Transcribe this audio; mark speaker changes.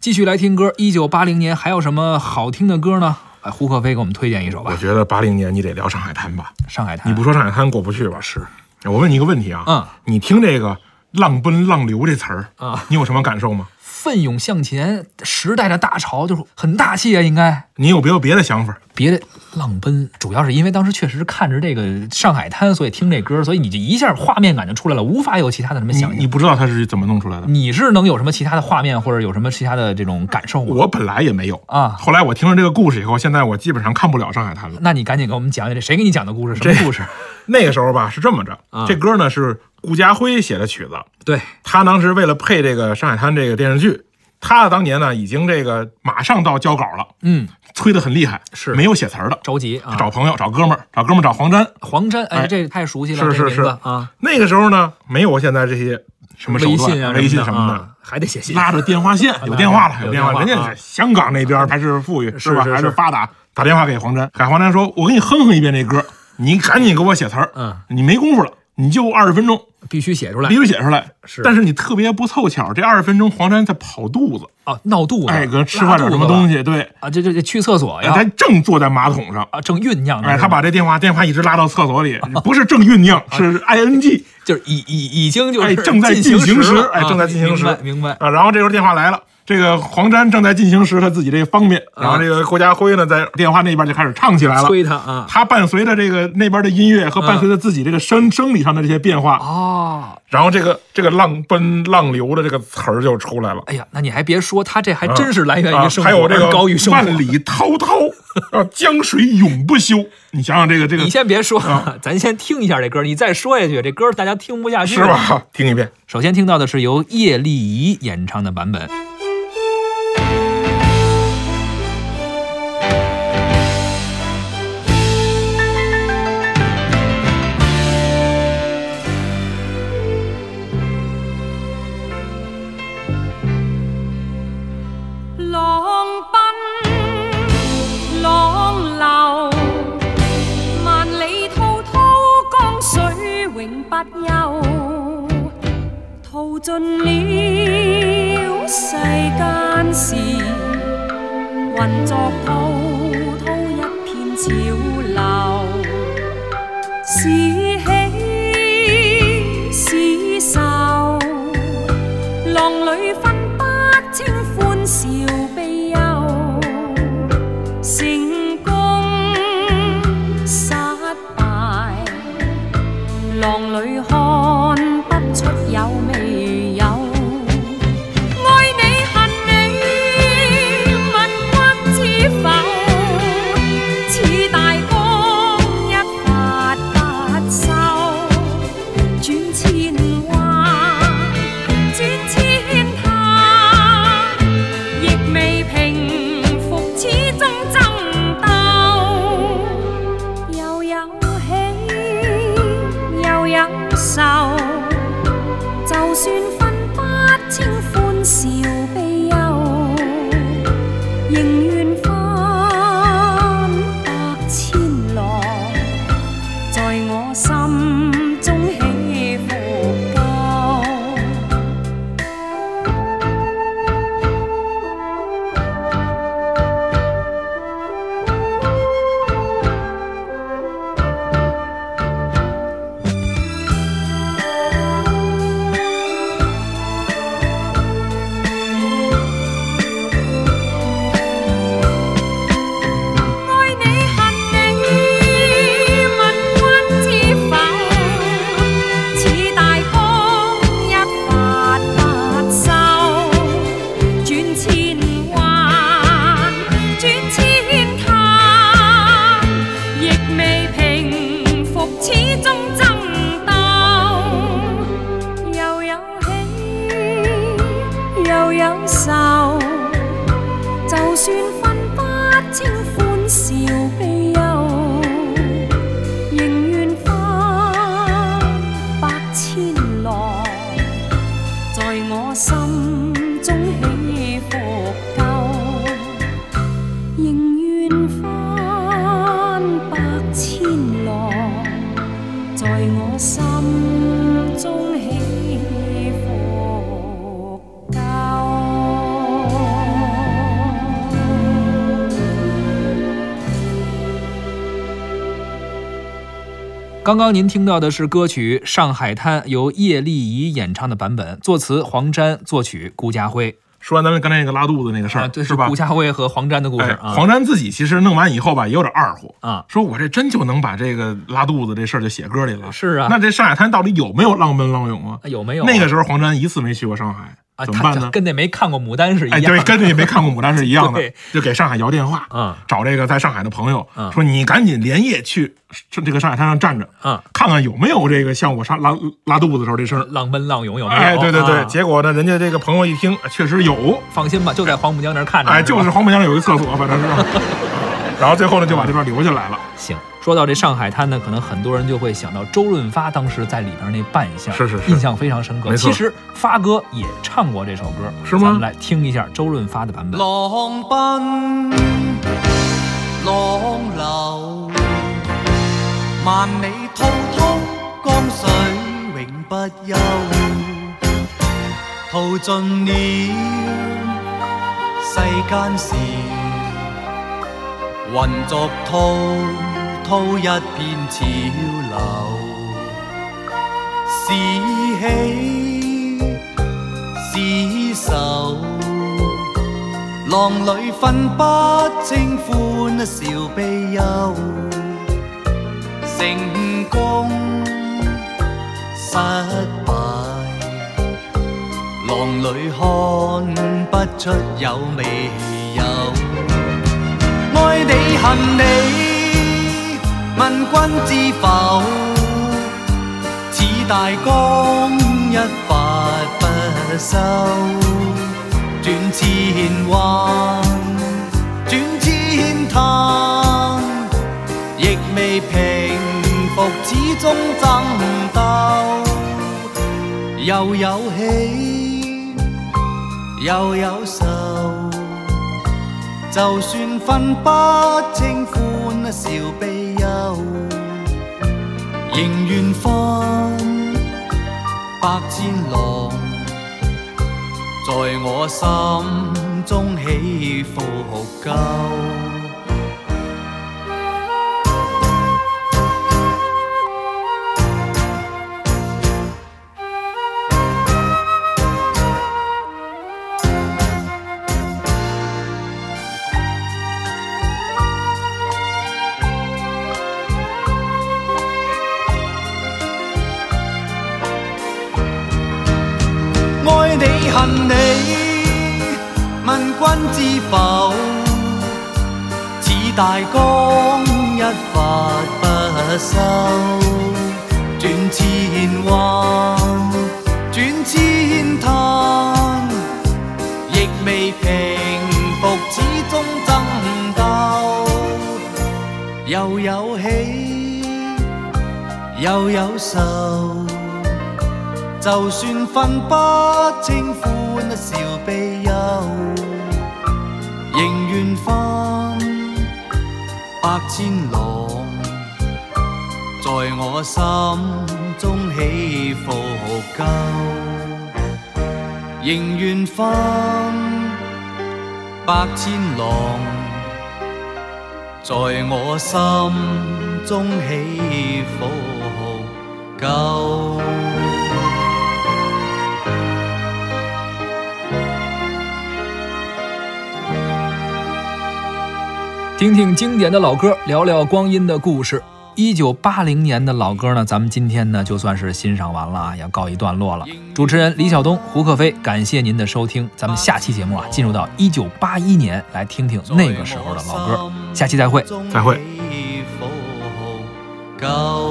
Speaker 1: 继续来听歌，一九八零年还有什么好听的歌呢？哎，胡可飞给我们推荐一首吧，
Speaker 2: 我觉得八零年你得聊上海滩吧，
Speaker 1: 《上海滩》。
Speaker 2: 你不说上海滩过不去吧？是。我问你一个问题啊，
Speaker 1: 嗯，
Speaker 2: 你听这个“浪奔浪流”这词儿
Speaker 1: 啊，
Speaker 2: 你有什么感受吗？
Speaker 1: 奋勇向前，时代的大潮就是很大气啊，应该。
Speaker 2: 你有没有别的想法？
Speaker 1: 别的浪奔，主要是因为当时确实看着这个上海滩，所以听这歌，所以你就一下画面感就出来了，无法有其他的什么
Speaker 2: 你
Speaker 1: 想象。
Speaker 2: 你不知道它是怎么弄出来的？
Speaker 1: 你是能有什么其他的画面，或者有什么其他的这种感受吗？
Speaker 2: 我本来也没有
Speaker 1: 啊
Speaker 2: 后来我听了这个故事以后，现在我基本上看不了上海滩了。
Speaker 1: 那你赶紧给我们讲讲这谁给你讲的故事，什么故事？
Speaker 2: 那个时候吧，是这么着，
Speaker 1: 啊
Speaker 2: 这歌呢是顾家辉写的曲子，
Speaker 1: 对，
Speaker 2: 他当时为了配这个《上海滩》这个电视剧，他当年呢已经这个马上到交稿了，
Speaker 1: 嗯，
Speaker 2: 催得很厉害，
Speaker 1: 是
Speaker 2: 没有写词儿的，
Speaker 1: 着急啊，
Speaker 2: 找朋友、找哥们儿、找哥们儿、找黄沾。
Speaker 1: 黄沾，哎，
Speaker 2: 哎
Speaker 1: 这太熟悉了，
Speaker 2: 是
Speaker 1: 这
Speaker 2: 是
Speaker 1: 名字
Speaker 2: 是
Speaker 1: 啊，
Speaker 2: 那个时候呢，没有现在这些什么手
Speaker 1: 微
Speaker 2: 段、
Speaker 1: 信啊，
Speaker 2: 微信什么的。
Speaker 1: 啊，还得写信，
Speaker 2: 拉着电话线，有电话了，
Speaker 1: 有
Speaker 2: 有
Speaker 1: 电
Speaker 2: 电
Speaker 1: 话
Speaker 2: 话，人家
Speaker 1: 啊
Speaker 2: 是香港那边还是富裕，
Speaker 1: 是
Speaker 2: 吧？
Speaker 1: 是
Speaker 2: 还
Speaker 1: 是
Speaker 2: 是发达，打电话给黄沾，给黄沾说：“我给你哼哼一遍这歌，你赶紧给我写词儿。
Speaker 1: 嗯，
Speaker 2: 你没工夫了，你就二十分钟，
Speaker 1: 必须写出来
Speaker 2: 必。须写出来。
Speaker 1: 是
Speaker 2: 但是你特别不凑巧，这二十分钟黄沾在跑肚子，
Speaker 1: 哦，闹肚子，
Speaker 2: 哎，搁吃坏点什么
Speaker 1: 拉肚
Speaker 2: 东
Speaker 1: 子
Speaker 2: 西，对，哎
Speaker 1: 了啊？这这这去厕所呀？
Speaker 2: 他正坐在马桶上。”
Speaker 1: 啊，正酝酿呢。
Speaker 2: 哎，
Speaker 1: 是
Speaker 2: 他
Speaker 1: 吧
Speaker 2: 把这电话电话一直拉到厕 所里，不是正酝酿，
Speaker 1: 啊
Speaker 2: 是 I N G
Speaker 1: 就是已已已经就是
Speaker 2: 哎正在
Speaker 1: 进
Speaker 2: 进行
Speaker 1: 时
Speaker 2: 时
Speaker 1: 了，
Speaker 2: 哎
Speaker 1: 啊
Speaker 2: 正在进行时
Speaker 1: 明白明白。
Speaker 2: 啊。然后这时候电话来了，这个黄沾正在进行时他自己这方便，然后这个郭家辉呢在电话那边就开始唱起来了。
Speaker 1: 啊催他啊！
Speaker 2: 他伴随着这个那边的音乐和伴随着自己这个生生理上的这些变化，
Speaker 1: 哦，
Speaker 2: 然后这个这个浪奔浪流的这个词儿就出来了。
Speaker 1: 哎呀，那你还别说，他这还真是来源
Speaker 2: 啊
Speaker 1: 于生活，
Speaker 2: 还有这个
Speaker 1: 而高于生活。
Speaker 2: 万里滔滔啊，江水永不休。你想想这个这个
Speaker 1: 你先别说，
Speaker 2: 嗯
Speaker 1: 咱先听一下这歌，你再说下去，这歌大家听不下去
Speaker 2: 是
Speaker 1: 了？
Speaker 2: 吧？听一遍。
Speaker 1: 首先听到的是由叶丽仪演唱的版本。
Speaker 3: 浪奔浪流，万里滔滔江水永不休，淘尽了世间事，混作滔滔一片潮流。是喜是愁，浪里分不清欢笑悲忧。成功失败，浪里看不出有未有。爱你恨你，问君知否？似大江一發不收。
Speaker 1: 刚刚您听到的是歌曲《上海滩》，由叶丽仪演唱的版本，作词黄沾，作曲顾家辉。
Speaker 2: 说完咱们刚才那个拉肚子那个事儿、
Speaker 1: 啊，这
Speaker 2: 是
Speaker 1: 是
Speaker 2: 吧
Speaker 1: 顾？家辉和黄沾的故事
Speaker 2: 哎，
Speaker 1: 啊。
Speaker 2: 黄沾自己其实弄完以后吧，也有点二货
Speaker 1: 啊
Speaker 2: 说我这真就能把这个拉肚子这事儿就写歌里了。
Speaker 1: 是啊
Speaker 2: 那这上海滩到底有没有浪奔浪涌啊？
Speaker 1: 有没有
Speaker 2: 那个时候黄沾一次没去过上海，
Speaker 1: 啊？
Speaker 2: 怎么办
Speaker 1: 他
Speaker 2: 呢？
Speaker 1: 跟那没看过《牡丹》是一
Speaker 2: 哎，
Speaker 1: 样
Speaker 2: 对
Speaker 1: 的。，
Speaker 2: 跟那没看过牡丹是一样的
Speaker 1: 对，
Speaker 2: 就给上海摇电话，
Speaker 1: 嗯
Speaker 2: 找这个在上海的朋友，
Speaker 1: 嗯
Speaker 2: 说你赶紧连夜去这这个上海滩上站着，
Speaker 1: 嗯
Speaker 2: 看看有没有这个像我上拉拉肚子的时候这声儿。
Speaker 1: 浪奔浪涌有没有？
Speaker 2: 哎，对对对，
Speaker 1: 啊
Speaker 2: 结果呢，人家这个朋友一听，哎确实有，
Speaker 1: 放心吧，就在黄浦江那儿看着呢。
Speaker 2: 哎，就是
Speaker 1: 吧
Speaker 2: 黄浦江有一厕所，反正是，然后最后呢就把这边留下来了。
Speaker 1: 行。说到这上海滩呢，可能很多人就会想到周润发当时在里边那扮相，
Speaker 2: 是是是
Speaker 1: 印象非常深刻。
Speaker 2: 没错
Speaker 1: 其实发哥也唱过这首歌，
Speaker 2: 是吗
Speaker 1: 咱们来听一下周润发的版本。
Speaker 4: 浪奔，浪流，萬里滔滔江水永不休，淘盡了世間事，混作滔滔一片潮流，是喜是愁。浪里分不清歡笑悲憂，成功失敗，浪里看不出有未有。愛你恨你，問君知否？似大江一發不收，轉千彎，轉千灘，亦未平復，始終爭鬥，又有喜，又有愁，就算分不清歡笑悲憂。仍願翻百千浪，在我心中起伏夠。爱你恨你，问君知否？似大江一发不收，转千彎，轉千灘，亦未平復，始終爭鬥，又有喜，又有愁。就算分不清歡笑悲憂，仍願翻百千浪，在我心中起伏夠，仍願翻百千浪，在我心中起伏夠。
Speaker 1: 听听经典的老歌，聊聊光阴的故事。一九八零年的老歌呢，咱们今天呢就算是欣赏完了啊，也告一段落了。主持人李晓东、胡克飞，感谢您的收听。咱们下期节目啊，进入到一九八一年，来听听那个时候的老歌。下期再会。
Speaker 2: 再会
Speaker 4: 够。